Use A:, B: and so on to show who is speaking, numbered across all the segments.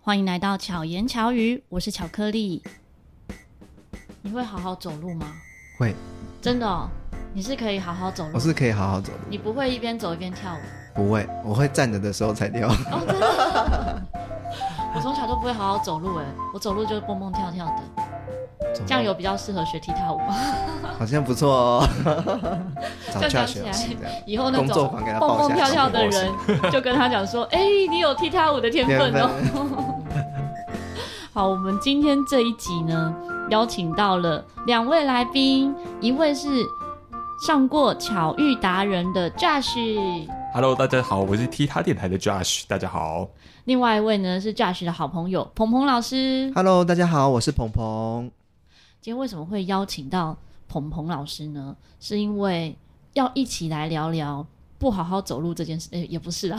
A: 欢迎来到巧言巧语，我是巧克力。你会好好走路吗？
B: 会，
A: 真的哦，你是可以好好走路，
B: 我是可以好好走
A: 你
B: 路，
A: 不会一边走一边跳舞。
B: 不会，我会站着的时候才跳。
A: 哦，真的。我从小都不会好好走路，哎，我走路就是蹦蹦跳跳的， 这样有比较适合学踢踏舞吗？
B: 好像不错哦。 找
A: 这样讲
B: Josh
A: 起
B: 老
A: 来
B: 师这样，
A: 以后那
B: 工作
A: 种
B: 狂给他
A: 蹦蹦
B: 报下
A: 跳
B: 去
A: 跳的人， 就跟他讲说：“哎、你有踢踏舞的天分哦。
B: 天”
A: 好，我们今天这一集呢，邀请到了两位来宾，一位是上过巧遇达人的 Josh，
C: Hello，大家好，我是踢踏电台的 Josh，大家好。
A: 另外一位呢是 Josh 的好朋友鹏鹏老师。
B: Hello，大家好，我是鹏鹏。
A: 今天为什么会邀请到鹏鹏老师呢？是因为要一起来聊聊不好好走路这件事，呃诶也不是啦，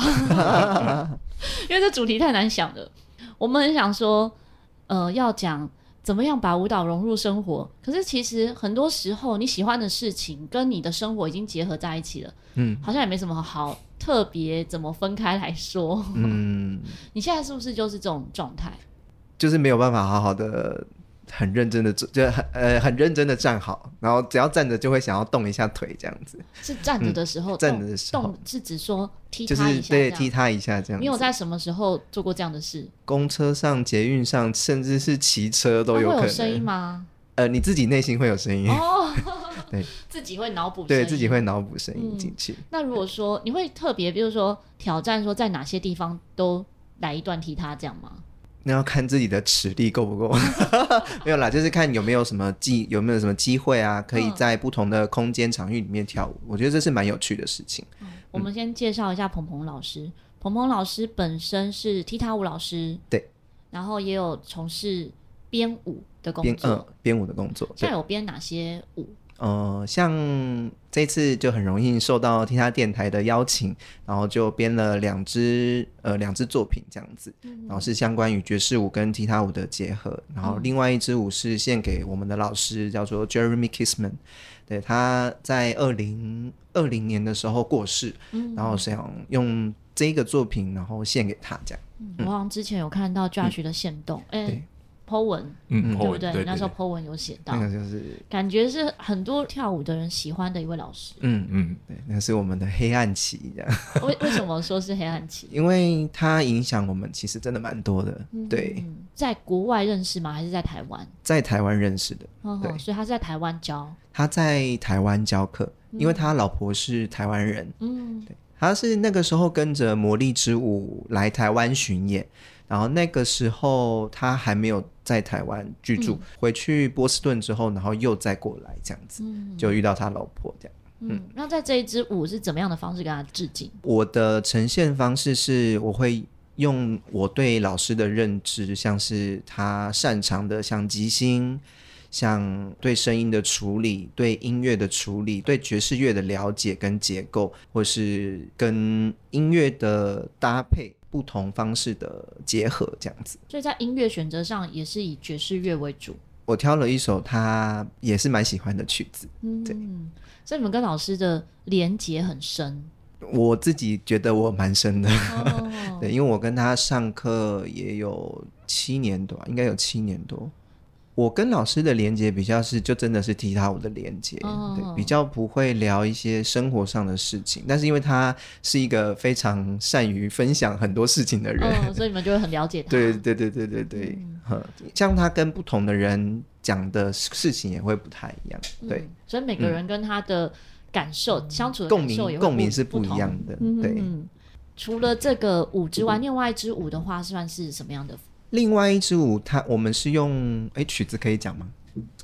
A: 因为这主题太难想了。我们很想说，呃，要讲怎么样把舞蹈融入生活，可是其实很多时候你喜欢的事情跟你的生活已经结合在一起了，
B: 嗯
A: 好像也没什么好特别怎么分开来说。
B: 嗯，
A: 你现在是不是就是这种状态？
B: 就是没有办法好好的、很认真的坐，就很呃很认真的站好，然后只要站着就会想要动一下腿这样子，
A: 是站着的时候，
B: 嗯站着的时候
A: 动动是指说踢
B: 就
A: 他
B: 是
A: 一下这
B: 对
A: 样，
B: 踢他一下这样
A: 你有
B: 子。
A: 在什么时候做过这样的事？
B: 公车上、捷运上，甚至是骑车都
A: 它
B: 有
A: 会
B: 可
A: 有声音
B: 能。
A: 吗？
B: 呃，你自己内心会有声音，
A: 哦，
B: 对，
A: 自己会脑补，
B: 对自己。会脑补声
A: 嗯
B: 音进去。
A: 那如果说你会特别，比如说挑战，说在哪些地方都来一段踢踏这样吗？
B: 那要看自己的实力够不 够， 没有啦，就是看有没有什么机有没有什么机会啊，可以
A: 嗯
B: 在不同的空间场域里面跳舞，我觉得这是蛮有趣的事情。
C: 嗯
A: 我们先介绍一下鹏鹏老师。鹏鹏老师本身是踢踏舞老师，
B: 对，
A: 然后也有从事编舞的工
B: 编呃
A: 作。
B: 编舞的工作，
A: 现
B: 对
A: 在，有编哪些舞？
B: 呃，像这次就很容易受到其他电台的邀请，然后就编了两支呃两支作品这样子，然后是相关于爵士舞跟踢踏舞的结合，然后另外一支舞是献给我们的老师，叫做 Jeremy Kissman，对，他在二零二零年的时候过世，然后想用这个作品然后献给他这样，
A: 嗯我好像之前有看到 Josh 的线动，哎
B: 嗯对嗯
A: ，Po 文
C: 嗯，
A: 对不
C: Paul，对
A: 那时候 Po 文有写到
B: 那，个就是
A: 感觉是很多跳舞的人喜欢的一位老 师。
B: 嗯嗯，
C: 嗯，
B: 对，那是我们的黑暗期这样。
A: 为为什么说是黑暗期？
B: 因为它影响我们其实真的蛮多的，对，
A: 嗯，在国外认识吗？还是在台湾？
B: 在台湾认识的，
A: 哦吼，
B: 对
A: 所以他是在台湾教。
B: 他在台湾教课，因为他老婆是台湾人，
A: 嗯，
B: 他是那个时候跟着魔力之舞来台湾巡演，然后那个时候他还没有在台湾居住，回去波士顿之后，然后又再过来这样子，就遇到他老婆这样。
A: 嗯，那在这一支舞是怎么样的方式跟他致敬？
B: 我的呈现方式是，我会用我对老师的认知，像是他擅长的，像即兴，像对声音的处理、对音乐的处理、对爵士乐的了解跟结构，或是跟音乐的搭配，不同方式的结合，这样子。
A: 所以在音乐选择上也是以爵士乐为主。
B: 我挑了一首他也是蛮喜欢的曲子，对
A: 嗯，所以你们跟老师的连结很 深。
B: 我自己觉得我蛮深的。
A: 哦，
B: 对，因为我跟他上课也有七年多吧，应该有七年多。我跟老师的连接比较是，就真的是踢踏舞的连接，
A: 哦
B: 对，比较不会聊一些生活上的事情。但是因为他是一个非常善于分享很多事情的人，
A: 哦，所以你们就会很了解他。
B: 对对对对对对，嗯、像他跟不同的人讲的事情也会不太一样，
A: 嗯
B: 对，，嗯
A: 所以每个人跟他的感受相处的
B: 共
A: 感受也
B: 鸣
A: 会
B: 共鸣是
A: 不
B: 不一
A: 同
B: 样的，
A: 嗯
B: 对。
A: 嗯除了这个舞之
C: 嗯
A: 外，另外一支舞的话，算是什么样的？
B: 另外一支舞，它我们是用哎曲子可以讲吗？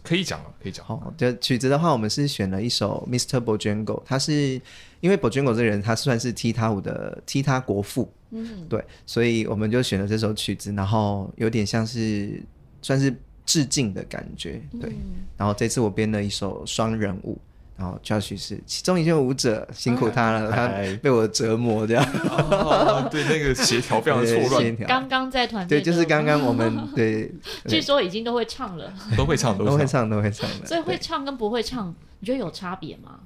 C: 可以讲了，可以讲。
B: 哦，就曲子的话，我们是选了一首 Mr. Bojango，他是因为 Bojango 这个人，他算是踢踏舞的踢踏国父，
A: 嗯，
B: 对，所以我们就选了这首曲子，然后有点像是算是致敬的感觉，对。
A: 嗯
B: 然后这次我编了一首双人舞，然后 Josh 是其中一些舞者，辛苦他了，
C: 嗨
B: 他被我折磨这样，
C: 哦对，那个协调非常
B: 对
C: 错
B: 协
C: 乱，
B: 调
A: 刚刚在团队
B: 啊
A: 的
B: 对，就是刚刚 我们对
A: 据说已经都会唱了，
C: 都会唱，
B: 都
C: 都
B: 会
C: 会唱。
B: 唱都会唱的，
A: 所以会
B: 对
A: 唱跟不会唱，你觉得有差别吗？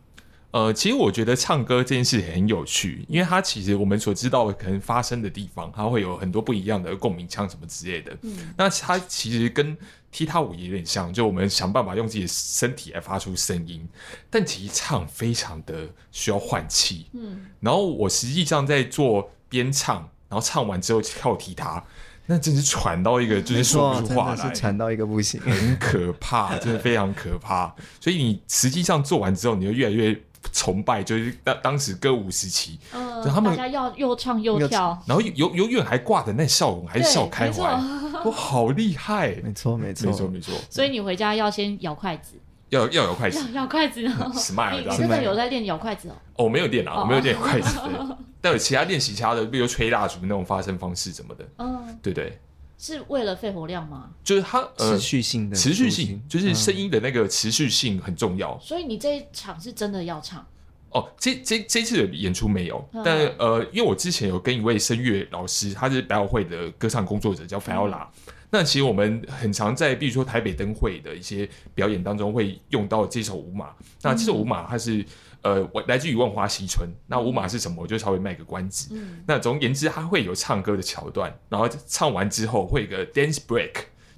C: 呃，其实我觉得唱歌这件事很有趣，因为它其实我们所知道的可能发生的地方，它会有很多不一样的共鸣腔什么之类的。
A: 嗯
C: 那它其实跟踢踏舞也有点像，就我们想办法用自己的身体来发出声音，但其实唱非常的需要换气。
A: 嗯，
C: 然后我实际上在做边唱，然后唱完之后跳踢踏，那真是喘到一个就是
B: 没错，
C: 说不出
B: 真
C: 话
B: 的
C: 来
B: 是，馋到一个不行。
C: 很可怕，真的非常可怕。所以你实际上做完之后，你就越来越崇拜，就是当当时歌舞时期，
A: 呃，
C: 就他们
A: 大家要又唱又
B: 又
A: 跳，
C: 然后永永远还挂着那笑容，还
A: 对
C: 笑开怀，
A: 没
C: 我好厉害！
B: 没错，没
C: 没错
B: 错，
C: 没错，
A: 所以你回家要先咬筷子，
C: 要要有筷子
A: 要。咬筷子哦。
C: smile
A: 你
C: 这
A: 你
C: 样
A: 真
C: 子
A: 的有在练咬筷子哦？
C: 哦，我没有电
A: 哦
C: 脑，我没有电筷子，对。但有其他练习其他的，例如吹蜡烛那种发声方式什么的，
A: 嗯，
C: 对对，
A: 是为了肺活量吗？
C: 就是它呃
B: 持续性的
C: 持续
B: 促
C: 性
B: 进，
C: 就是声
B: 嗯
C: 音的那个持续性很重要。
A: 所以你这一场是真的要唱，
C: 哦，这这这次的演出没有
A: 嗯，
C: 但呃，因为我之前有跟一位声乐老师，他是百老汇的歌唱工作者，叫 f i o l a 那其实我们很常在，比如说台北灯会的一些表演当中会用到这首舞码。那这首舞码它是呃来自于《万花西春》，那舞码是什么？我就稍微卖个关子。
A: 嗯，
C: 那总而言之，它会有唱歌的桥段，然后唱完之后会有一个 dance break，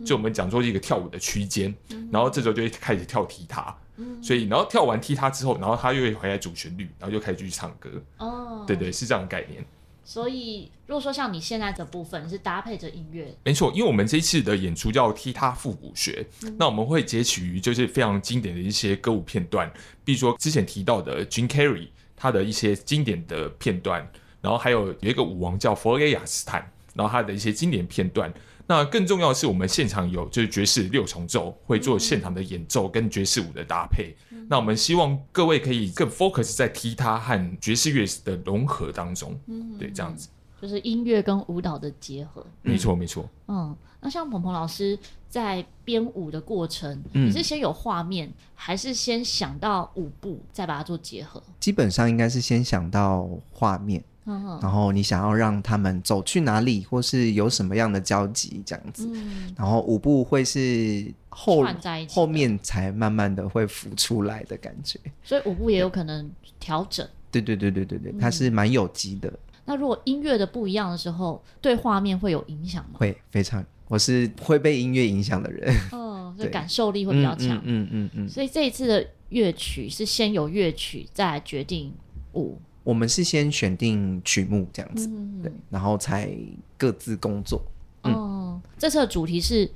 C: 就我们讲说一个跳舞的区间，然后这时候就会开始跳踢踏，所以然后跳完踢踏之后，然后他又会回来主旋律，然后就开始继续唱歌，
A: 哦，
C: 对对，是这样的概念，
A: 所以，如果说像你现在的部分是搭配着音乐，
C: 没错。因为我们这一次的演出叫踢踏复古学，那我们会截取就是非常经典的一些歌舞片段，比如说之前提到的 Jim Carrey 他的一些经典的片段，然后还有有一个舞王叫佛雷亚斯坦，然后他的一些经典片段。那更重要的是，我们现场有就是爵士六重奏会做现场的演奏跟爵士舞的搭配。那我们希望各位可以更 focus 在踢踏和爵士乐的融合当中，
A: 嗯，
C: 对，这样子，
A: 就是音乐跟舞蹈的结合。
C: 没错没错。
A: 嗯，那像鹏鹏老师在编舞的过程，
B: 嗯
A: 你是先有画面，还是先想到舞步，再把它做结合？
B: 基本上应该是先想到画面，
A: 嗯
B: 然后你想要让他们走去哪里，或是有什么样的交集这样子。
A: 嗯，
B: 然后舞步会是后
A: 串在一起的
B: 后面才慢慢的会浮出来的感觉。
A: 所以舞步也有可能调整。
B: 对对对对对
A: 嗯
B: 对，它是蛮有机的，
A: 那如果音乐的不一样的时候，对画面会有影响吗？
B: 会非常。我是会被音乐影响的人，
A: 嗯，所以
B: 对
A: 感受力会
B: 会
A: 比较强。
B: 嗯嗯嗯嗯，
A: 所以这一次的乐曲是先有乐曲，再来决定舞。
B: 我们是先选定曲目这样子，
A: 嗯，
B: 对，嗯然后才各自工作。
A: 哦，这次的主题是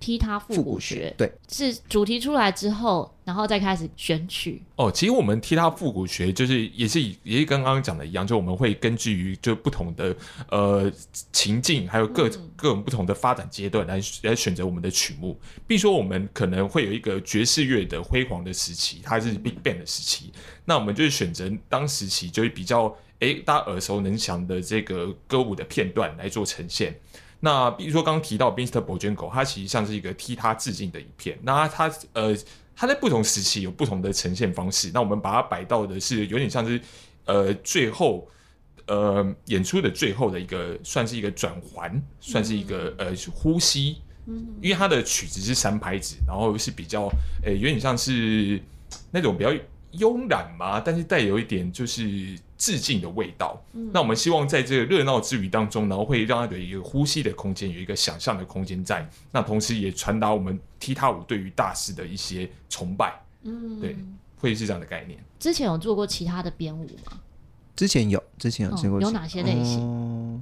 A: 踢踏复古学，
B: 对，
A: 是主题出来之后，然后再开始选曲。
C: 哦，其实我们踢踏复古学就是也是以也是跟刚刚讲的一样，就我们会根据于就不同的呃情境，还有各、各种不同的发展阶段来来选择我们的曲目。比如说，我们可能会有一个爵士乐的辉煌的时期，它是 Big Band 的时期，那我们就是选择当时期就是比较诶大家耳熟能详的这个歌舞的片段来做呈现。那比如说刚刚提到 b i n s t e r b o j a n g o 它其实像是一个替他致敬的影片。那它呃，它在不同时期有不同的呈现方式。那我们把它摆到的是有点像是呃最后呃演出的最后的一个算是一个转环，算是一个、呃呼吸。因为它的曲子是三拍子，然后是比较呃有点像是那种比较慵懒嘛，但是带有一点就是致敬的味道。那我们希望在这个热闹之余当中，然后会让它有一个呼吸的空间，有一个想象的空间在。那同时也传达我们踢踏舞对于大师的一些崇拜，
A: 嗯
C: 对，会是这样的概念。
A: 之前有做过其他的编舞吗？
B: 之前有，之前有
A: 嗯
B: 这过、
A: 有哪些类型
B: 哦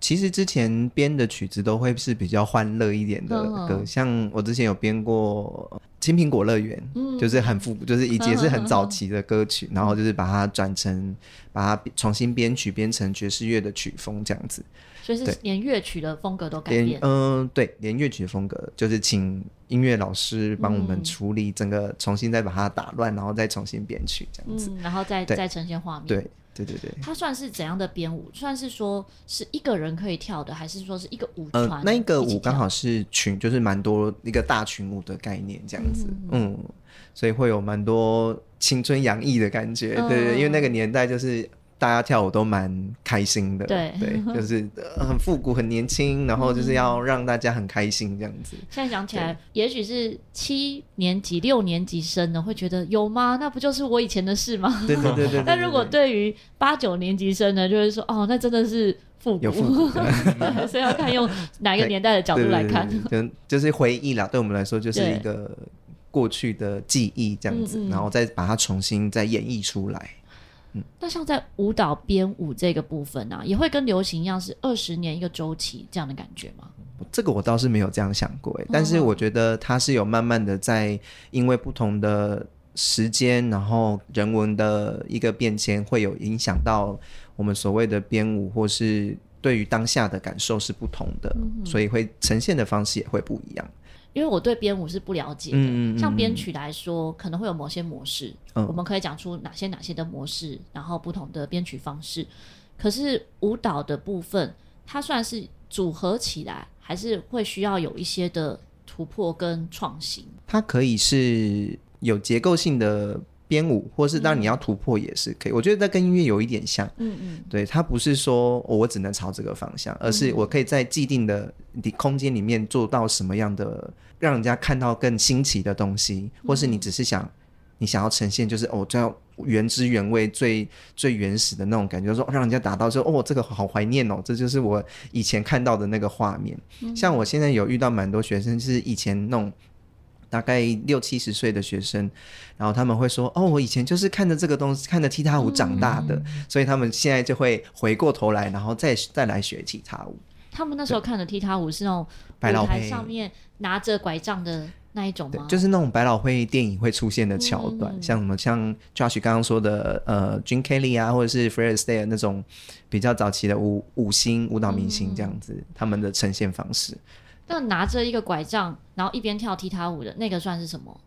B: 其实之前编的曲子都会是比较欢乐一点的
A: 嗯
B: 歌，像我之前有编过呃《青苹果乐园》
A: 嗯
B: 就是很复古，就是以前是很早期的歌 曲，然后就是把它转成，把它重新编曲编成爵士乐的曲风这样子。
A: 所以是
B: 对
A: 连乐曲的风格都改
B: 连
A: 变。
B: 嗯、对，连乐曲风格就是请音乐老师帮我们
A: 嗯
B: 处理整个，重新再把它打乱，然后再重新编曲这样子。
A: 嗯，然后再
B: 对
A: 再呈现画面。，
B: 对对对对。
A: 它算是怎样的编舞？算是说是一个人可以跳的，还是说是一个舞
B: 呃
A: 团，
B: 那
A: 一
B: 一个
A: 起
B: 舞刚
A: 跳
B: 好是群，就是蛮多一个大群舞的概念这样子，嗯所以会有蛮多青春洋溢的感觉，
A: 嗯
B: 对对，因为那个年代就是大家跳舞都蛮开心的，
A: 对 嗯
B: 就是呃很复古、很年轻，然后就是要让大家很开心这样子。
A: 现在想起来，也许是七年级、六年级生呢，会觉得有吗？那不就是我以前的事吗？
B: 对对对对 对
A: 但如果对于八九年级生呢，就会说哦，那真的是复古，
B: 有复古
A: 对， 所以要看用哪个年代的角度
B: 对对
A: 来
B: 对
A: 看。
B: 对对就就是回忆啦。对我们来说，就是
A: 对
B: 一个过去的记忆这样子，
A: 嗯嗯
B: 然后再把它重新再演绎出来。
A: 那像在舞蹈编舞这个部分啊，也会跟流行一样是二十年一个周期这样的感觉吗？
B: 这个我倒是没有这样想过，哎，但是我觉得它是有慢慢的在因为不同的时间，然后人文的一个变迁，会有影响到我们所谓的编舞或是。对于当下的感受是不同的，所以会呈现的方式也会不一样。
A: 因为我对编舞是不了解的，
B: 嗯嗯嗯
A: 像编曲来说，可能会有某些模式，
B: 嗯
A: 我们可以讲出哪些哪些的模式，然后不同的编曲方式。可是舞蹈的部分，它算是组合起来，还是会需要有一些的突破跟创新。
B: 它可以是有结构性的编舞，或是当你要突破也是可以。我觉得它跟音乐有一点像，
A: 嗯嗯，
B: 对，它不是说、哦我只能朝这个方向，而是我可以在既定的地空间里面做到什么样的，让人家看到更新奇的东西，或是你只是想。你想要呈现就是哦，这样原汁原味、最最原始的那种感觉，就是说、哦让人家达到说哦，这个好怀念哦，这就是我以前看到的那个画面。像我现在有遇到蛮多学生，就是以前那种大概六七十岁的学生，然后他们会说：“哦，我以前就是看着这个东西，看着踢踏舞长大的，所以他们现在就会回过头来，然后再再来学踢踏舞。
A: 他们那时候看的踢踏舞是那种
B: 百老
A: 舞台
B: 汇
A: 上面拿着拐杖的那一种
B: 对
A: 吗？，
B: 就是那种百老汇电影会出现的桥段，
A: 嗯
B: 像什么像 Josh 刚刚说的，呃，Jim Kelly 啊，或者是 Fred Astaire 那种比较早期的舞舞星舞蹈明
A: 嗯
B: 星这样子，他们的呈现方式。
A: 那拿着一个拐杖，然后一边跳踢踏舞的那个算是什么？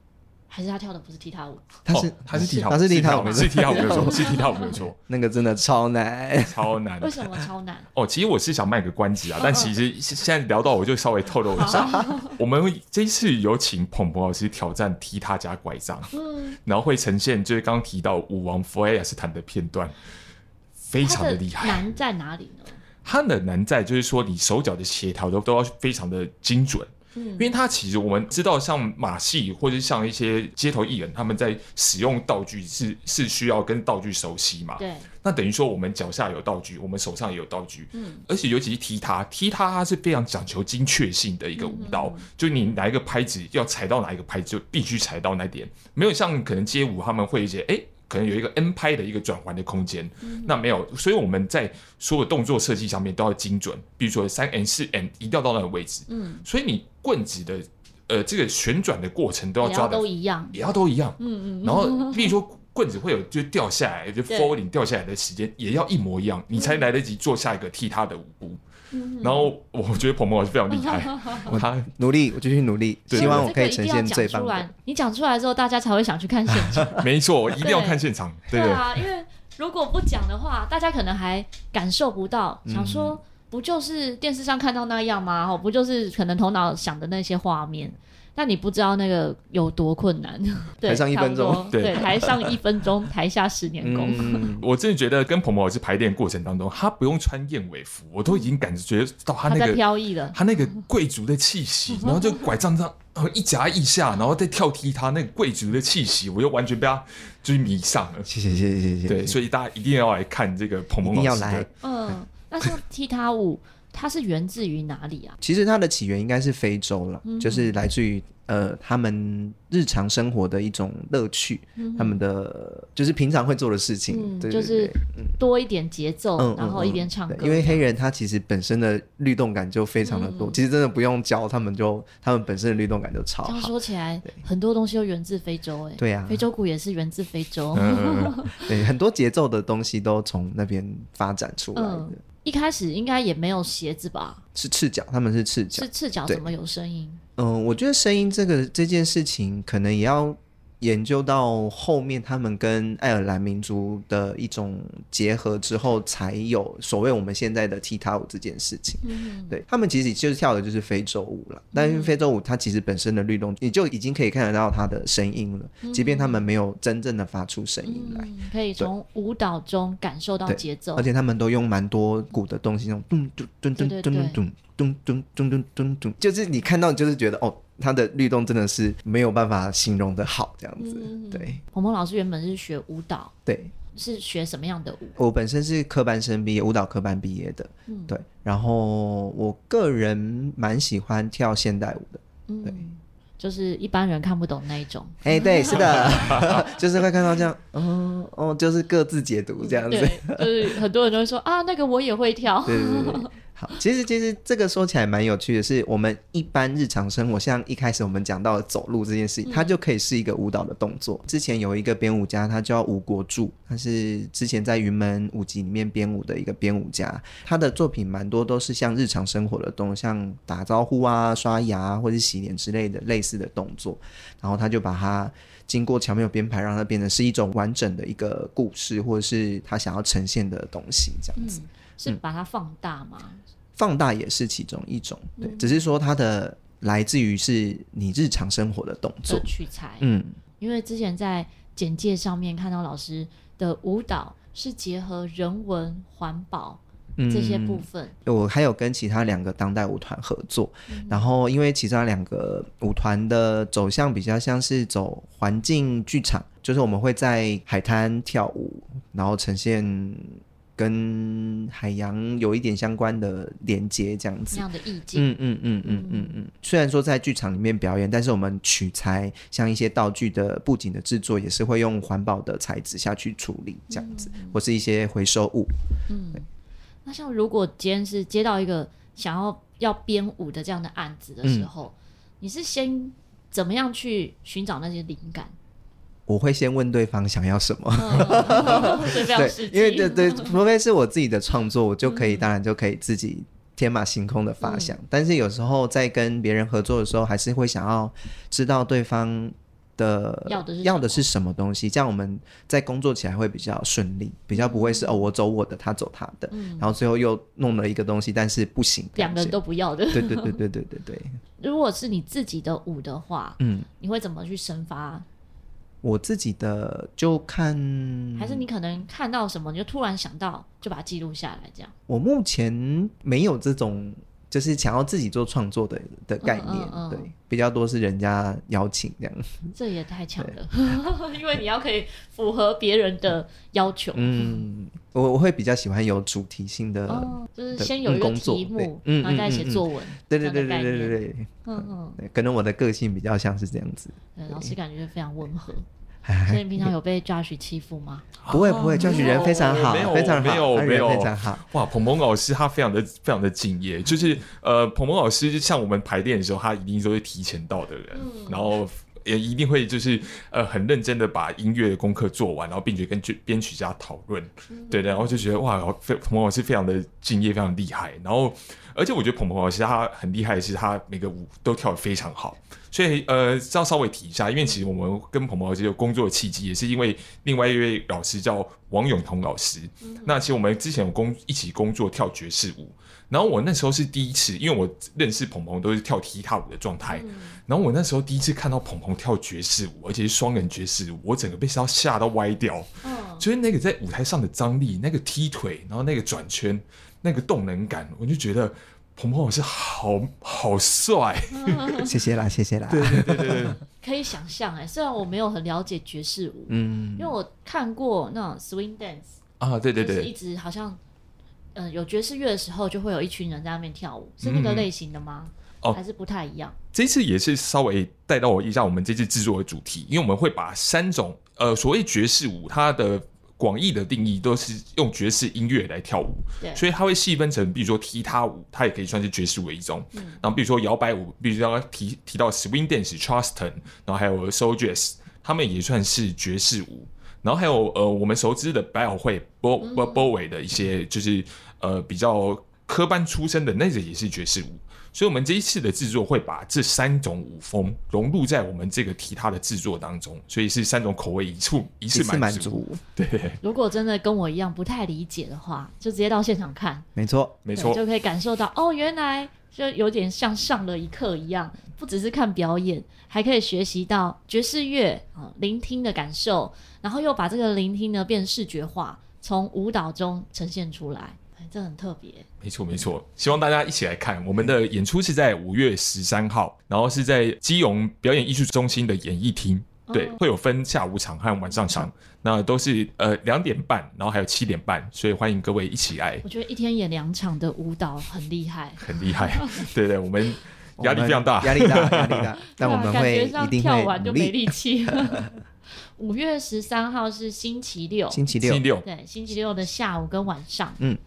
A: 还是他跳的不是踢踏舞？
B: 他是、
C: 哦他是踢踏舞，
B: 他是踢踏
C: 踏
B: 舞没错
C: 是踢踏舞没有错，是踢踏舞没有错，
B: 那个真的超难。
C: 超难
A: 为。什么超难？
C: 哦，其实我是想卖个关 子啊，但其实现现在聊到我就稍微透露一下，我们这一次有请鹏鹏老师挑战踢踏加拐杖，
A: 嗯，
C: 然后会呈现就是刚刚提到舞王弗莱亚斯坦的片段，非
A: 他
C: 常的
A: 的
C: 厉害。
A: 难在哪里呢？
C: 它的难在就是说，你手脚的协调都都要非常的精准。因为它其实我们知道，像马戏或者像一些街头艺人，他们在使用道具是是需要跟道具熟悉嘛。
A: 对，
C: 那等于说，我们脚下有道具，我们手上也有道具，
A: 嗯
C: 而且尤其是踢踏，踢踏它是非常讲求精确性的一个舞蹈，
A: 嗯
C: 就你哪一个拍子要踩到哪一个拍子，就必须踩到那点，没有像可能街舞他们会一些哎。诶可能有一个 N 拍的一个转环的空间，
A: 嗯
C: 那没有，所以我们在所有动作设计上面都要精准，比如说三 N 四 N 一定要到那个位置，
A: 嗯，
C: 所以你棍子的呃这个旋转的过程都要
A: 也
C: 抓
A: 要
C: 的
A: 都一样。
C: 也要都一样，
A: 嗯嗯
C: 然后，例如说棍子会有就掉下来，就 falling 掉下来的时间也要一模一样，你才来得及做下一个踢他的舞步。
A: 嗯
C: 然后我觉得鹏鹏老师非常厉害， 他
B: 努力，我继续努力，
C: 对
B: 希望
A: 所
B: 我可以
A: 这个
B: 呈
A: 一定
B: 现
A: 要
B: 最
A: 讲
B: 棒
A: 出
B: 的
A: 来。你讲出来之后，大家才会想去看现 场。
C: 没错，我一定要看现场，对对
A: 啊，因为如果不讲的话，大家可能还感受不到，
B: 嗯
A: 想说不就是电视上看到那样吗？哦，不就是可能头脑想的那些画面。但你不知道那个有多困难， 对，
B: 台上一分钟
A: 差不多
C: 对
A: 对，台上一分 钟，台下十年功。
B: 嗯，
C: 我真的觉得跟鹏鹏老师排练过程当中，他不用穿燕尾服，我都已经感觉到他
A: 他
C: 那
A: 在
C: 个
A: 飘逸嗯了，
C: 他那个贵族的气息，然后就拐杖上。然后一夹一下，然后再跳踢他那个贵族的气息，我就完全被他就是迷上了。
B: 谢谢谢谢谢谢。
C: 对，所以大家一定要来看这个鹏
B: 一
C: 鹏
B: 定
C: 老
B: 要
C: 师的
B: 来。
A: 嗯，那像踢踏舞，它是源自于哪里啊？
B: 其实它的起源应该是非洲了，
A: 嗯
B: 就是来自于呃他们日常生活的一种乐趣，他们的就是平常会做的事情，
A: 嗯
B: 对
A: 就
B: 对
A: 是
B: 对。
A: 多一点节奏，
B: 嗯，
A: 然后
B: 嗯
A: 一边唱
B: 对
A: 歌。
B: 因为黑人他其实本身的律动感就非常的
A: 嗯
B: 多，其实真的不用教他们就他们本身的律动感就超
A: 这样
B: 好，
A: 说起来，很多东西都源自非洲、哎，
B: 对啊
A: 非洲鼓也是源自非洲。
C: 嗯嗯嗯
B: 对，很多节奏的东西都从那边发展出来的，
A: 嗯，一开始应该也没有鞋子吧？
B: 是赤脚，他们是赤脚
A: 是，赤脚
B: 对
A: 怎么有声音？
B: 嗯，我觉得声音这个这件事情，可能也要研究到后面，他们跟爱尔兰民族的一种结合之后，才有所谓我们现在的踢踏舞这件事情。
A: 嗯，
B: 对他们其实就是跳的就是非洲舞了，但是非洲舞它其实本身的律动，你就已经可以看得到它的声音了，即便他们没有真正的发出声音来。
A: 嗯可以从舞蹈中感受到
B: 对
A: 节奏
B: 而，且他们都用蛮多鼓的东西，那种咚咚咚咚
A: 对对
B: 咚咚咚咚咚咚咚咚咚，就是你看到你就是觉得哦，它的律动真的是没有办法形容的好，这样子。
A: 嗯
B: 对
A: 鹏鹏老师原本是学舞蹈，
B: 对，
A: 是学什么样的舞？
B: 我本身是科班生毕业，舞蹈科班毕业的，
A: 嗯
B: 对。然后我个人蛮喜欢跳现代舞的，
A: 嗯，就是一般人看不懂那一种。
B: 哎、对，是 的， 就是会看到这样，哦哦，就是各自解读这样子。
A: 对，就是很多人都会说啊，那个我也会跳。
B: 嗯对对对对。好，其实其实这个说起来蛮有趣的是，我们一般日常生活，像一开始我们讲到的走路这件事情，它就可以是一个舞蹈的动作。之前有一个编舞家，他叫吴国柱，他是之前在云门舞集里面编舞的一个编舞家，他的作品蛮多都是像日常生活的动作，像打招呼啊、刷牙啊或是洗脸之类的类似的动作，然后他就把它经过巧妙编排，让它变成是一种完整的一个故事，或者是他想要呈现的东西这样
A: 嗯
B: 子。，
A: 是把它放大嘛？
B: 放大也是其中一种，对，
A: 嗯
B: 只是说它的来自于是你日常生活的动作
A: 做，取材。
B: 嗯，
A: 因为之前在简介上面看到老师的舞蹈是结合人文、环保
B: 嗯
A: 这些部分。
B: 我还有跟其他两个当代舞团合作，
A: 嗯
B: 然后因为其他两个舞团的走向比较像是走环境剧场，就是我们会在海滩跳舞，然后呈现跟海洋有一点相关的连接这样子
A: 那。样的意境，
B: 嗯嗯嗯嗯嗯嗯，虽然说在剧场里面表演，但是我们取材像一些道具的布景的制作，也是会用环保的材质下去处理这样子，或是一些回收物。
A: 嗯，那像如果今天是接到一个想要要编舞的这样的案子的时候，
B: 嗯
A: 你是先怎么样去寻找那些灵 感？
B: 我会先问对方想要什么，
A: 对，非常实际，
B: 对，
A: 嗯
B: 因为 对对，除非是我自己的创作，我就可以，当然就可以自己天马行空的发想。但是有时候在跟别人合作的时候，还是会想要知道对方的
A: 要的是什么
B: 要的是什么东西，这样我们在工作起来会比较顺利，比较不会
A: 嗯
B: 是哦我走我的，他走他的，然后最后又弄了一个东西，但是不行，
A: 两个人
B: 都
A: 都不要的。
B: 对对对对对对对，
A: 如果是你自己的舞的话，
B: 嗯，
A: 你会怎么去生发？
B: 我自己的就看
A: 还是你可能看到什么，你就突然想到，就把它记录下来，这样？
B: 我目前没有这种就是想要自己做创作的的概念，
A: 嗯嗯嗯
B: 对，比较多是人家邀请这样。
A: 这也太强了， 因为你要可以符合别人的要求，
B: 嗯，我我会比较喜欢有主题性的，
A: 哦，就是
B: 对
A: 先有一个
B: 工作
A: 题目，
B: 对嗯
A: 然后再
B: 嗯
A: 写
B: 嗯嗯
A: 作文，
B: 对对对
A: 这样的
B: 对
A: 概
B: 对
A: 念
B: 对对
A: 嗯嗯，
B: 对，可能我的个性比较像是这样子。
A: 对，老师感觉非常温和。
B: 哎
A: 所以你平常有被 Josh 欺负吗？
B: 不会不会，教学人非常好
C: 哦没有，
B: 非常好，
C: 没有
B: 他
C: 没有
B: 人非常好。
C: 哇，鹏鹏老师他非常的非常的敬业，就是呃，鹏鹏老师就像我们排练的时候，他一定都会提前到的人，然后。也一定会就是呃很认真的把音乐的功课做完，然后并且跟剧编曲家讨论，对的，然后就觉得哇，非鹏鹏老师非常的敬业，非常厉害。然后而且我觉得鹏鹏老师他很厉害的是他每个舞都跳得非常好，所以呃要稍微提一下，因为其实我们跟鹏鹏老师有工作的契机，也是因为另外一位老师叫王永彤老师，那其实我们之前有工一起工作跳爵士舞，然后我那时候是第一次，因为我认识鹏鹏都是跳踢踏舞的状
B: 哎
A: 嗯
C: 态，然后我那时候第一次看到鹏鹏跳爵士舞，而且是双人爵士舞，我整个被吓吓到歪掉，
A: 嗯，
C: 就是那个在舞台上的张力，那个踢腿，然后那个转圈，那个动能感，我就觉得鹏鹏老师好好帅，
B: 谢谢啦，谢谢啦。
C: 对对对对，
A: 哦 可以想象哎、虽然我没有很了解爵士舞，
B: 嗯
A: 因为我看过那种 swing dance，
C: 啊，对对
A: 就是一
C: 对，
A: 直好像，嗯、有爵士乐的时候就会有一群人在那边跳舞，是那
B: 嗯
A: 个类型的吗？
C: 哦
A: 还是不太一样？
C: 这次也是稍微带到我一下我们这次制作的主题，因为我们会把三种呃所谓爵士舞它的。广义的定义都是用爵士音乐来跳舞，
A: 对，
C: 所以它会细分成，比如说踢踏舞，它也可以算是爵士舞的一种。然后比如说摇摆舞，比如说提提到 swing dance、charleston，然后还有 soul jazz，他们也算是爵士舞。然后还有呃，我们熟知的百老汇、波波波尾的一些，就是呃比较科班出身的，那个也是爵士舞。所以，我们这一次的制作会把这三种舞风融入在我们这个踢踏的制作当中，所以是三种口味一处一次
B: 次
C: 满
B: 满
C: 足。
B: 足，
C: 对，
A: 如果真的跟我一样不太理解的话，就直接到现场看，
B: 没错，
C: 没
A: 对
C: 错，
A: 就可以感受到哦，原来就有点像上了一课一样，不只是看表演，还可以学习到爵士乐啊、聆听的感受，然后又把这个聆听呢变视觉化，从舞蹈中呈现出来，哎这很特别。
C: 没错，没错，希望大家一起来看我们的演出是在五月十三号，然后是在基隆表演艺术中心的演艺厅，对，
A: 哦
C: 会有分下午场和晚上场，那都是呃两点半，然后还有七点半，所以欢迎各位一起来，
A: 我觉得一天演两场的舞蹈很厉害，
C: 很厉害，对对，我们压
B: 我
C: 力
B: 们
C: 非常大，
B: 压力大，压力 大， 但我
A: 对啊
B: 们
A: 感
B: 会
A: 觉
B: 一
A: 上
B: 定
A: 跳
B: 会
A: 完
B: 努
A: 就没
B: 力。
A: 力气了。五月十三号是星期六，
B: 星期
C: 星期
B: 六，
C: 六，
A: 对，星期六的下午跟晚上，
B: 嗯，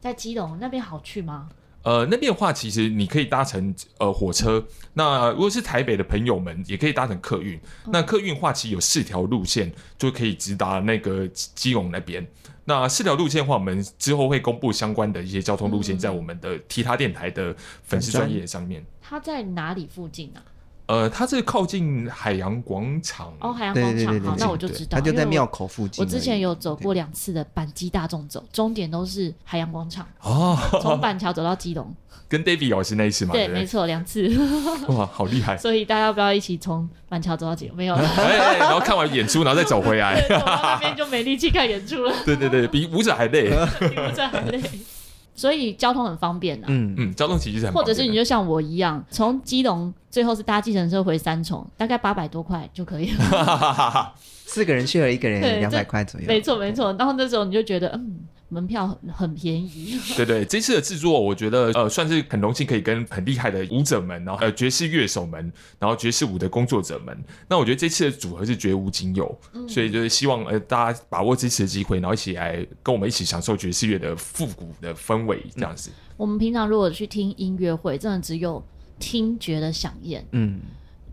A: 在基隆那边好去吗？
C: 呃，那边的话，其实你可以搭乘呃火车。那如果是台北的朋友们，也可以搭乘客运。
A: 嗯
C: 那客运的话，其实有四条路线就可以直达那个基基隆那边。那四条路线的话，我们之后会公布相关的一些交通路线，
A: 嗯
C: 在我们的其他电台的粉丝专业上面。
A: 它在哪里附近啊？
C: 呃，它是靠近海洋广场
A: 哦，海洋
B: 对
A: 广
B: 对
A: 场，
B: 对对
A: 好，
B: 对，
A: 那我就知道，
B: 他就在
A: 因为
B: 庙
A: 我。
B: 口附近而
A: 我
B: 已。
A: 之前有走过两次的板机大众走，终点都是海洋广场，
C: 哦，
A: 从板桥走到基隆。
C: 跟 David 老师那一次嘛，对
A: 对，
C: 不
A: 没
C: 对？
A: 错，两次。
C: 哇，好厉害！
A: 所以大家要不要一起从板桥走到基隆？没有 了，
C: 哎、哎然后看完演出，然后再走回来
A: 对，。走到那边就没力气看演出了，
C: 对对对，比舞者还累。
A: 比不这还累。所以交通很方便啊。
B: 嗯，
C: 嗯，交通其实很
A: 或
C: 方便
A: 者
C: 的。
A: 是你就像我一样，从基隆最后是搭计程车回三重，大概八百多块就可以了。
B: 四个人去了，一个人
A: 对
B: 两百
A: 这
B: 块左右，
A: 没错没错，然后那时候你就觉得，嗯，门票很很便宜，
C: 对对，这次的制作，我觉得呃，算是很荣幸可以跟很厉害的舞者们，然后呃爵士乐手们，然后爵士舞的工作者们。那我觉得这次的组合是绝无仅有，所以就是希望呃大家把握这次的机会，然后一起来跟我们一起享受爵士乐的复古的氛围，这样子。
A: 我们平常如果去听音乐会，真的只有听觉的响应。
B: 嗯，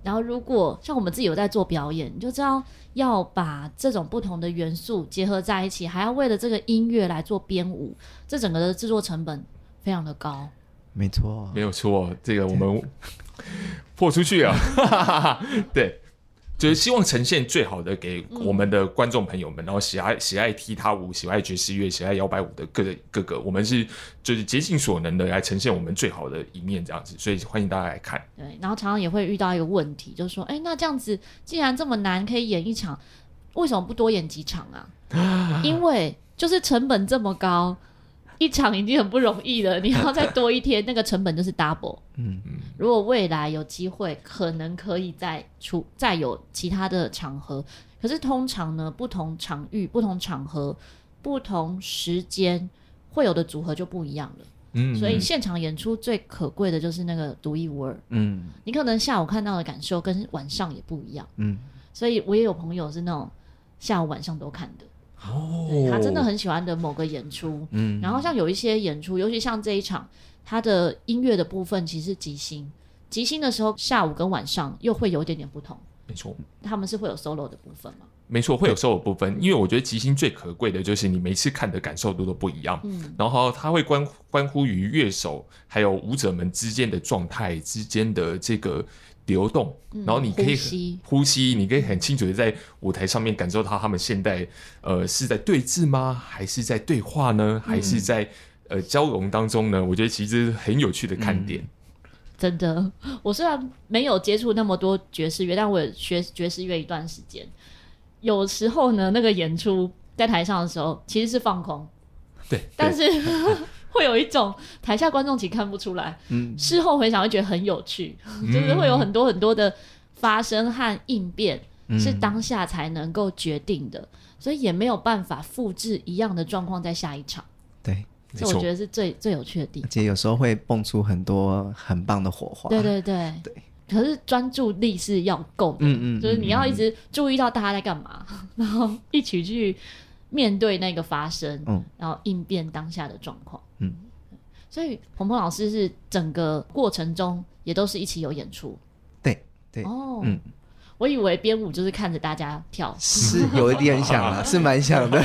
A: 然后如果像我们自己有在做表演，你就知道要把这种不同的元素结合在一起，还要为了这个音乐来做编舞，这整个的制作成本非常的高。
B: 没错
C: 没，有错，这个我们豁出去啊！ 对，就是希望呈现最好的给我们的观众朋友们，然后喜爱喜爱踢踏舞、喜爱爵士乐、喜爱摇摆舞的各个各个，我们是就是竭尽所能的来呈现我们最好的一面，这样子，所以欢迎大家来看。
A: 对，然后常常也会遇到一个问题，就是说，哎，那这样子既然这么难，可以演一场，为什么不多演几场啊？因为就是成本这么高，一场已经很不容易了，你要再多一天，那个成本就是 double。
B: 嗯
A: 如果未来有机会，可能可以再出再有其他的场合，可是通常呢，不同场域、不同场合、不同时间会有的组合就不一样了。
C: 嗯
A: 所以现场演出最可贵的就是那个独一无二。
B: 嗯
A: 你可能下午看到的感受跟晚上也不一样，
B: 嗯，
A: 所以我也有朋友是那种下午晚上都看的，
C: 哦
A: 对他真的很喜欢的某个演出。
B: 嗯
A: 然后像有一些演出，尤其像这一场，他的音乐的部分其实是即兴，即兴的时候下午跟晚上又会有一点点不同，
C: 没错。
A: 他们是会有 solo 的部分嘛？
C: 没错，会有收入部分，因为我觉得即兴最可贵的就是你每次看的感受度都不一样，
A: 嗯
C: 然后它会关关乎于乐手还有舞者们之间的状态之间的这个流动，
A: 嗯
C: 然后你可以
A: 呼吸
C: 呼吸，你可以很清楚的在舞台上面感受到他们现在呃是在对峙吗？还是在对话
A: 嗯
C: 呢？还是在、呃交融当中呢？我觉得其实很有趣的看点。
A: 真的， 我虽然没有接触那么多爵士乐，但我也学爵士乐一段时间。有时候呢，那个演出在台上的时候其实是放空，
C: 对，
A: 但
C: 对
A: 是 会有一种台下观众其实看不出来，
B: 嗯
A: 事后回想会觉得很有趣，
C: 嗯
A: 就是会有很多很多的发生和应变，
C: 嗯
A: 是当下才能够决定的，所以也没有办法复制一样的状况在下一场，
B: 对，
C: 没
A: 这嗯我
C: 错
A: 觉。得是最最有趣的地
B: 而
A: 方。
B: 且有时候会蹦出很多很棒的火花，
A: 对对对
B: 对。
A: 可是专注力是要够的，
B: 嗯嗯
A: 就是你要一直注意到大家在干嘛， 然后一起去面对那个发生，
B: 嗯
A: 然后应变当下的状况。
B: 嗯，
A: 所以鹏鹏老师是整个过程中也都是一起有演出。
B: 对对
A: 哦，
B: 嗯
A: 我以为 编舞就是看着大家跳，
B: 是有一点想了，是蛮想的，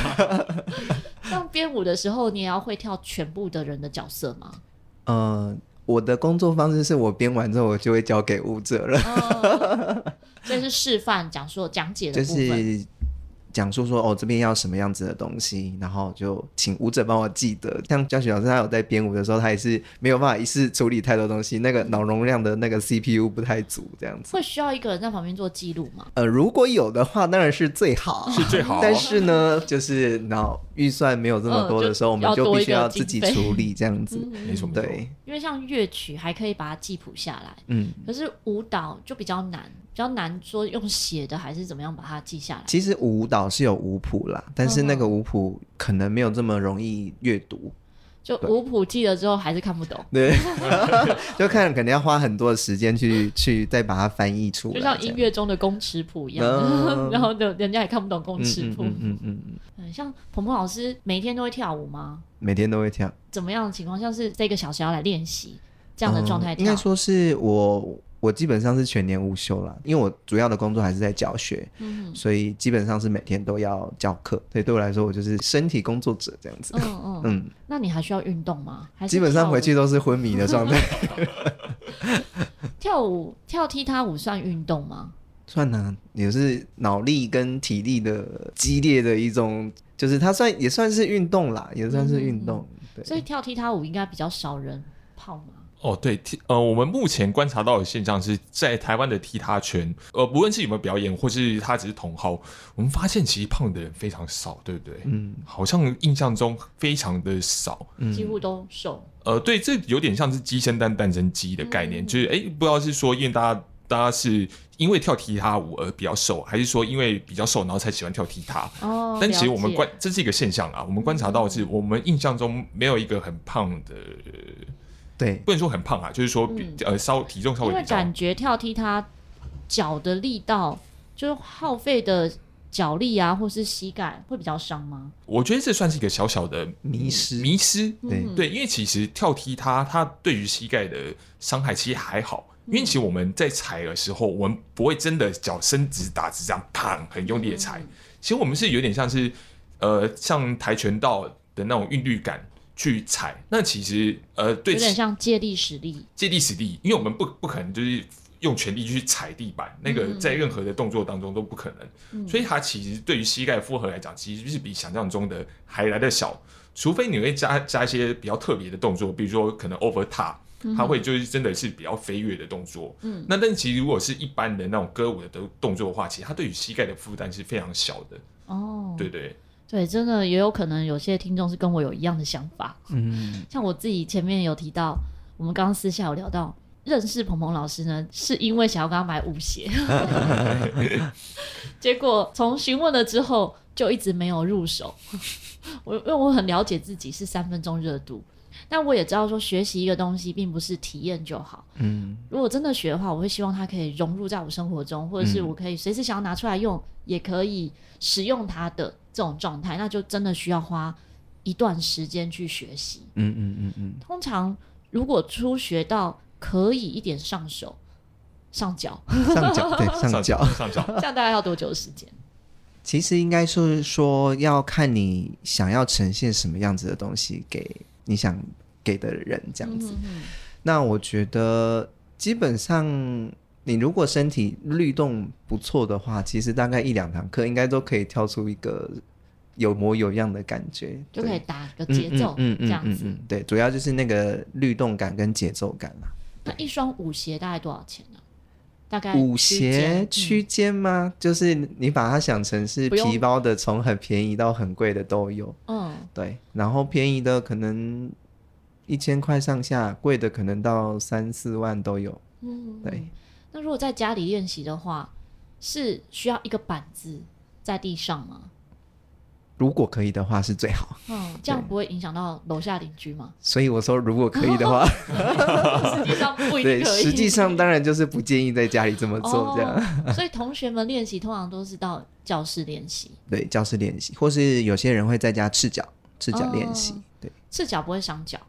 A: 当编舞的时候，你也要会跳全部的人的角色吗？
B: 呃，我的工作方式是我编完之后，我就会交给舞者了，
A: 哦，这是示范讲说讲解的
B: 就
A: 部分。
B: 是讲述说哦这边要什么样子的东西，然后就请舞者帮我记得。像教学老师他有在编舞的时候，他也是没有办法一次处理太多东西，那个脑容量的那个 CPU 不太足，这样子。
A: 会需要一个人在旁边做记录吗？
B: 呃，如果有的话，当然是最好。啊
C: 是最
A: 哦
C: 好。
B: 但是呢，就是脑预算没有这么
A: 嗯
B: 多
A: 就
B: 的时候，我
A: 要
B: 们就
A: 多
B: 必
A: 一
B: 须
A: 个
B: 要
A: 经
B: 自己
A: 费嗯
B: 处理这样子。
C: 没错，没错。
B: 对，
A: 因为像乐曲还可以把它记谱下来，
B: 嗯，
A: 可是舞蹈就比较难，比较难说用写的还是怎么样把它记下来。
B: 其实舞蹈是有舞谱啦，但是
A: 嗯
B: 那个舞谱可能没有这么容易阅读，
A: 就舞谱记了之后还是看不懂，
B: 对， 就看肯定要花很多的时间去去再把它翻译出来，
A: 就像音乐中的公尺谱一样，
B: 嗯
A: 然后就人家也看不懂公
B: 这
A: 尺
B: 样
A: 谱。
B: 嗯嗯嗯嗯嗯，
A: 嗯，像鹏鹏老师每天都会跳舞吗？
B: 每天都会跳。
A: 怎么样的情况下是这个小时要来练习这样的状态
B: 嗯
A: 跳？
B: 应该说是我我基本上是全年无休啦，因为我主要的工作还是在教学，
A: 嗯
B: 所以基本上是每天都要教课，所以对我来说我就是身体工作者这样子。
A: 嗯嗯，
B: 嗯，
A: 那你还需要运动吗？还是
B: 基本上回去
A: 跳
B: 都是昏迷的状态，
A: 舞跳舞跳踢踏舞算运动吗？
B: 算呢、也是脑力跟体力的激烈的一种，就是它算也算是运动啦，也算是运动。
A: 嗯所
B: 对，
A: 以跳踢踏舞应该比较少人泡吗？
C: 哦，对，踢呃，我们目前观察到的现象是在台湾的踢踏圈，呃，不论是有没有表演，或是他只是同好，我们发现其实胖的人非常少，对不对？
B: 嗯
C: 好像印象中非常的少。
A: 几
B: 嗯，
A: 乎都瘦。
C: 呃，对，这有点像是鸡生蛋，蛋生鸡的概念，
A: 嗯
C: 就是哎，不知道是说因为大家大家是因为跳踢踏舞而比较瘦，还是说因为比较瘦然后才喜欢跳踢踏？
A: 哦
C: 但其实我
A: 了
C: 们
A: 解嗯
C: 观这是一个现象啊，我们观察到的是我们印象中没有一个很胖的，
B: 对，
C: 不能说很胖啊，就是说比、
A: 嗯
C: 呃稍体重稍微
A: 因为
C: 比较
A: 感觉跳踢它脚的力道，就是耗费的脚力啊，或是膝盖会比较伤吗？
C: 我觉得这算是一个小小的
B: 迷失，
C: 迷失。
B: 对
A: 嗯
C: 对，因为其实跳踢它，它对于膝盖的伤害其实还好。因为
A: 嗯
C: 其实我们在踩的时候，我们不会真的脚伸直打直这样砰很用力的
A: 嗯
C: 踩，其实我们是有点像是呃像跆拳道的那种韵律感去踩。那其实呃对
A: 有点像借力使力。
C: 借力使力，因为我们不不可能就是用全力去踩地板，那个
A: 嗯
C: 在任何的动作当中都不可能，
A: 嗯
C: 所以它其实对于膝盖负荷来讲，其实是比想象中的还来的小，除非你会加加一些比较特别的动作，比如说可能 over top。它会就是真的是比较飞跃的动作，
A: 嗯
C: 那但其实如果是一般的那种歌舞的动动作的话，其实它对于膝盖的负担是非常小的，
A: 哦，
C: 对对，
A: 对，真的也有可能有些听众是跟我有一样的想法。
B: 嗯，
A: 像我自己前面有提到，我们刚刚私下有聊到，认识鹏鹏老师呢，是因为想要跟他买舞鞋，结果从询问了之后就一直没有入手。我因为我很了解自己是三分钟热度，但我也知道说学习一个东西并不是体验就好。
B: 嗯，
A: 如果真的学的话，我会希望它可以融入在我生活中，或者是
B: 嗯
A: 我可以随时想要拿出来用，也可以使用它的这种状态，那就真的需要花一段时间去学习。
B: 嗯嗯嗯嗯，
A: 通常如果初学到可以一点上手上 脚，
B: 嗯上脚对上脚，
C: 上脚，
A: 这样大概要多久的时间？
B: 其实应该是说要看你想要呈现什么样子的东西给你想给的人这样子。
A: 嗯
B: 那我觉得基本上你如果身体律动不错的话，其实大概一两堂课应该都可以跳出一个有模有样的感觉，
A: 就可以
B: 对嗯
A: 打个节奏，这样子。
B: 对，主要就是那个律动感跟节奏感啦。
A: 那一双舞鞋大概多少钱呢、大概
B: 舞
A: 区
B: 鞋
A: 间嗯
B: 区间吗？就是你把它想成是
A: 不用
B: 皮包的，从很便宜到很贵的都有。
A: 嗯
B: 对，然后便宜的可能一千块上下，贵的可能到三四万都有。
A: 嗯嗯
B: 对
A: 嗯那如果在家里练习的话，是需要一个板子在地上吗？
B: 如果可以的话是最好，？
A: 嗯，这样不会影响到楼下邻居吗
B: 所以我说如果可以的话，
A: 实际上不一定
B: 对，
A: 哦可以。
B: 实际上当然就是不建议在家里这么做，这样、
A: 哦，所以同学们练习通常都是到教室练习。
B: 对教室练习，或是有些人会在家赤脚赤脚练习，
A: 哦
B: 对，
A: 赤脚不会伤脚。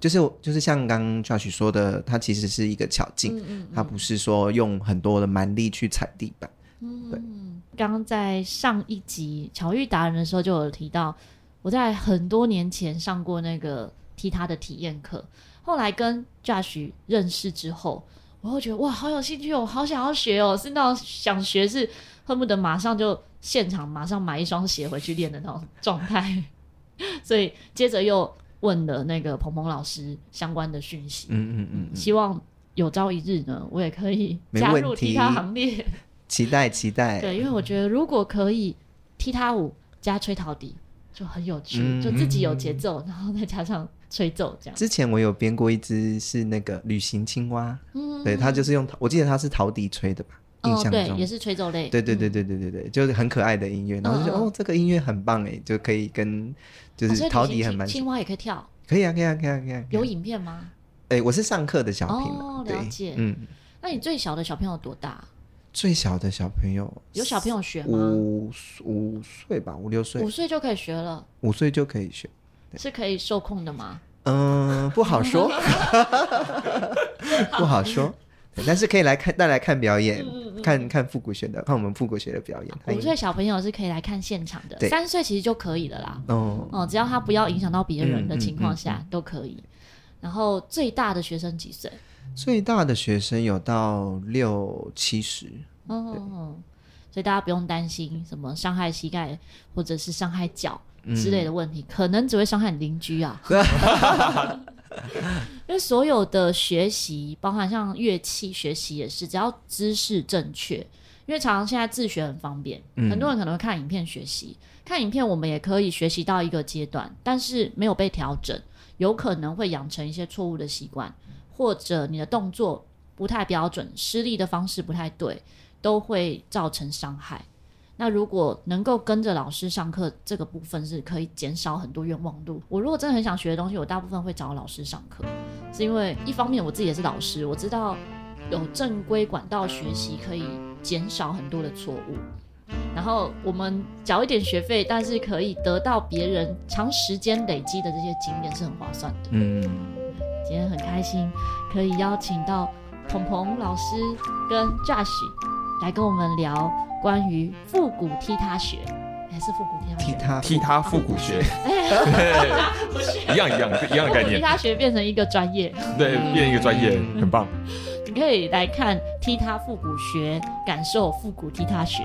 B: 就是就是像刚刚 Josh 说的，它其实是一个巧劲，
A: 嗯嗯
B: 它不是说用很多的蛮力去踩地板，
A: 嗯，刚刚在上一集巧遇达人的时候就有提到，我我在很多年前上过那个踢踏的体验课，后来跟 Josh 认识之后，我会觉得哇，好有兴趣哦，好想要学哦，是那种想学是恨不得马上就现场马上买一双鞋回去练的那种状 态。所以接着又问了那个鹏鹏老师相关的讯息，
B: 嗯嗯嗯嗯，
A: 希望有朝一日呢，我也可以
B: 没
A: 加
B: 问
A: 入踢
B: 题
A: 踏行列。
B: 期待期待。
A: 对，因为我觉得如果可以踢踏舞加吹陶笛，就很有趣，
B: 嗯
A: 就自己有节奏，然后再加上吹奏这样。
B: 之前我有编过一只是那个旅行青蛙，
A: 嗯，
B: 对，它就是用陶，我记得它是陶笛吹的吧，印
A: 哦，
B: 象
A: 对，也
B: 中。
A: 是吹奏类。
B: 对对对对对对对，就是很可爱的音乐，然后就觉
A: 嗯
B: 得
A: 嗯嗯
B: 哦，这个音乐很棒哎，就可以跟就
A: 哦
B: 是
A: 所以
B: 陶
A: 旅
B: 笛
A: 行
B: 很蛮
A: 青青蛙也可以跳，
B: 可以啊可以啊可以啊可以啊，可以
A: 有
B: 啊
A: 影片吗？
B: 哎，我是上课的小品
A: 哦
B: 嘛，
A: 了
B: 对
A: 解，
B: 嗯，
A: 那你最小的小朋友多大？
B: 最小的小朋友
A: 有小朋友学吗？
B: 五五岁吧，五六岁
A: 五，岁就可以学了，
B: 五岁就可以学，
A: 是可以受控的吗？
B: 嗯，不 好说，不好说。对但是可以来看，带来看表演，
A: 嗯
B: 看看复古学的，看我们复古学的表演。哎欢
A: 五
B: 迎
A: 岁小朋友是可以来看现场的，
B: 对
A: 三岁其实就可以了啦。
B: 哦，
A: 哦，只要他不要影响到别人的
B: 嗯嗯
A: 情况下、都可以。然后最大的学生几岁？
B: 最大的学生有到六七十，
A: 哦，所以大家不用担心什么伤害膝盖或者是伤害脚之类的问题，可能只会伤害你邻居啊。 因为所有的学习，包含像乐器学习也是，只要知识正确，因为常常现在自学很方便，
B: 嗯
A: 很多人可能会看影片学习，看影片我们也可以学习到一个阶段，但是没有被调整，有可能会养成一些错误的习惯，或者你的动作不太标准，施力的方式不太对，都会造成伤害。那如果能够跟着老师上课，这个部分是可以减少很多冤枉路。我如果真的很想学的东西，我大部分会找老师上课，是因为一方面我自己也是老师，我知道有正规管道学习可以减少很多的错误。然后我们缴一点学费，但是可以得到别人长时间累积的这些经验，是很划算的。
B: 嗯，
A: 今天很开心可以邀请到鹏鹏老师跟 Josh 来跟我们聊关于复古踢踏学，还是复古踢踏
B: 踢
A: 学？
B: 他
C: 踢他复古学，
A: 哎
C: 对，一样一样一样的概
A: 复古 踢
C: 念，
A: 踏学变成一个专业，
C: 对，变一个专业，很棒。
A: 你可以来看踢踏复古学，感受复古踢踏学。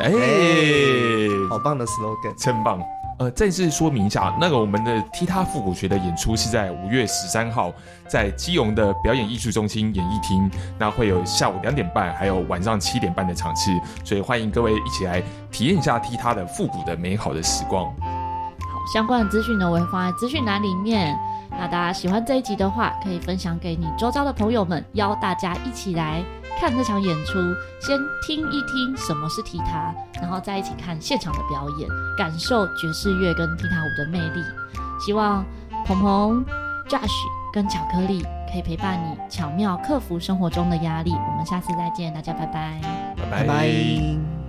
C: 哎、哦
B: 好棒的 slogan，
C: 真棒。呃，再次说明一下，那个我们的踢踏复古学的演出是在五月十三号在基隆的表演艺术中心演艺厅，那会有下午两点半，还有晚上七点半的场次，所以欢迎各位一起来体验一下踢踏的复古的美好的时光。
A: 好，相关的资讯呢，我会放在资讯栏里面。那大家喜欢这一集的话，可以分享给你周遭的朋友们，邀大家一起来看这场演出。先听一听什么是踢踏，然后再一起看现场的表演，感受爵士乐跟踢踏舞的魅力。希望鹏鹏、Josh 跟巧克力可以陪伴你，巧妙克服生活中的压力。我们下次再见，大家拜拜。
C: 拜
B: 拜拜。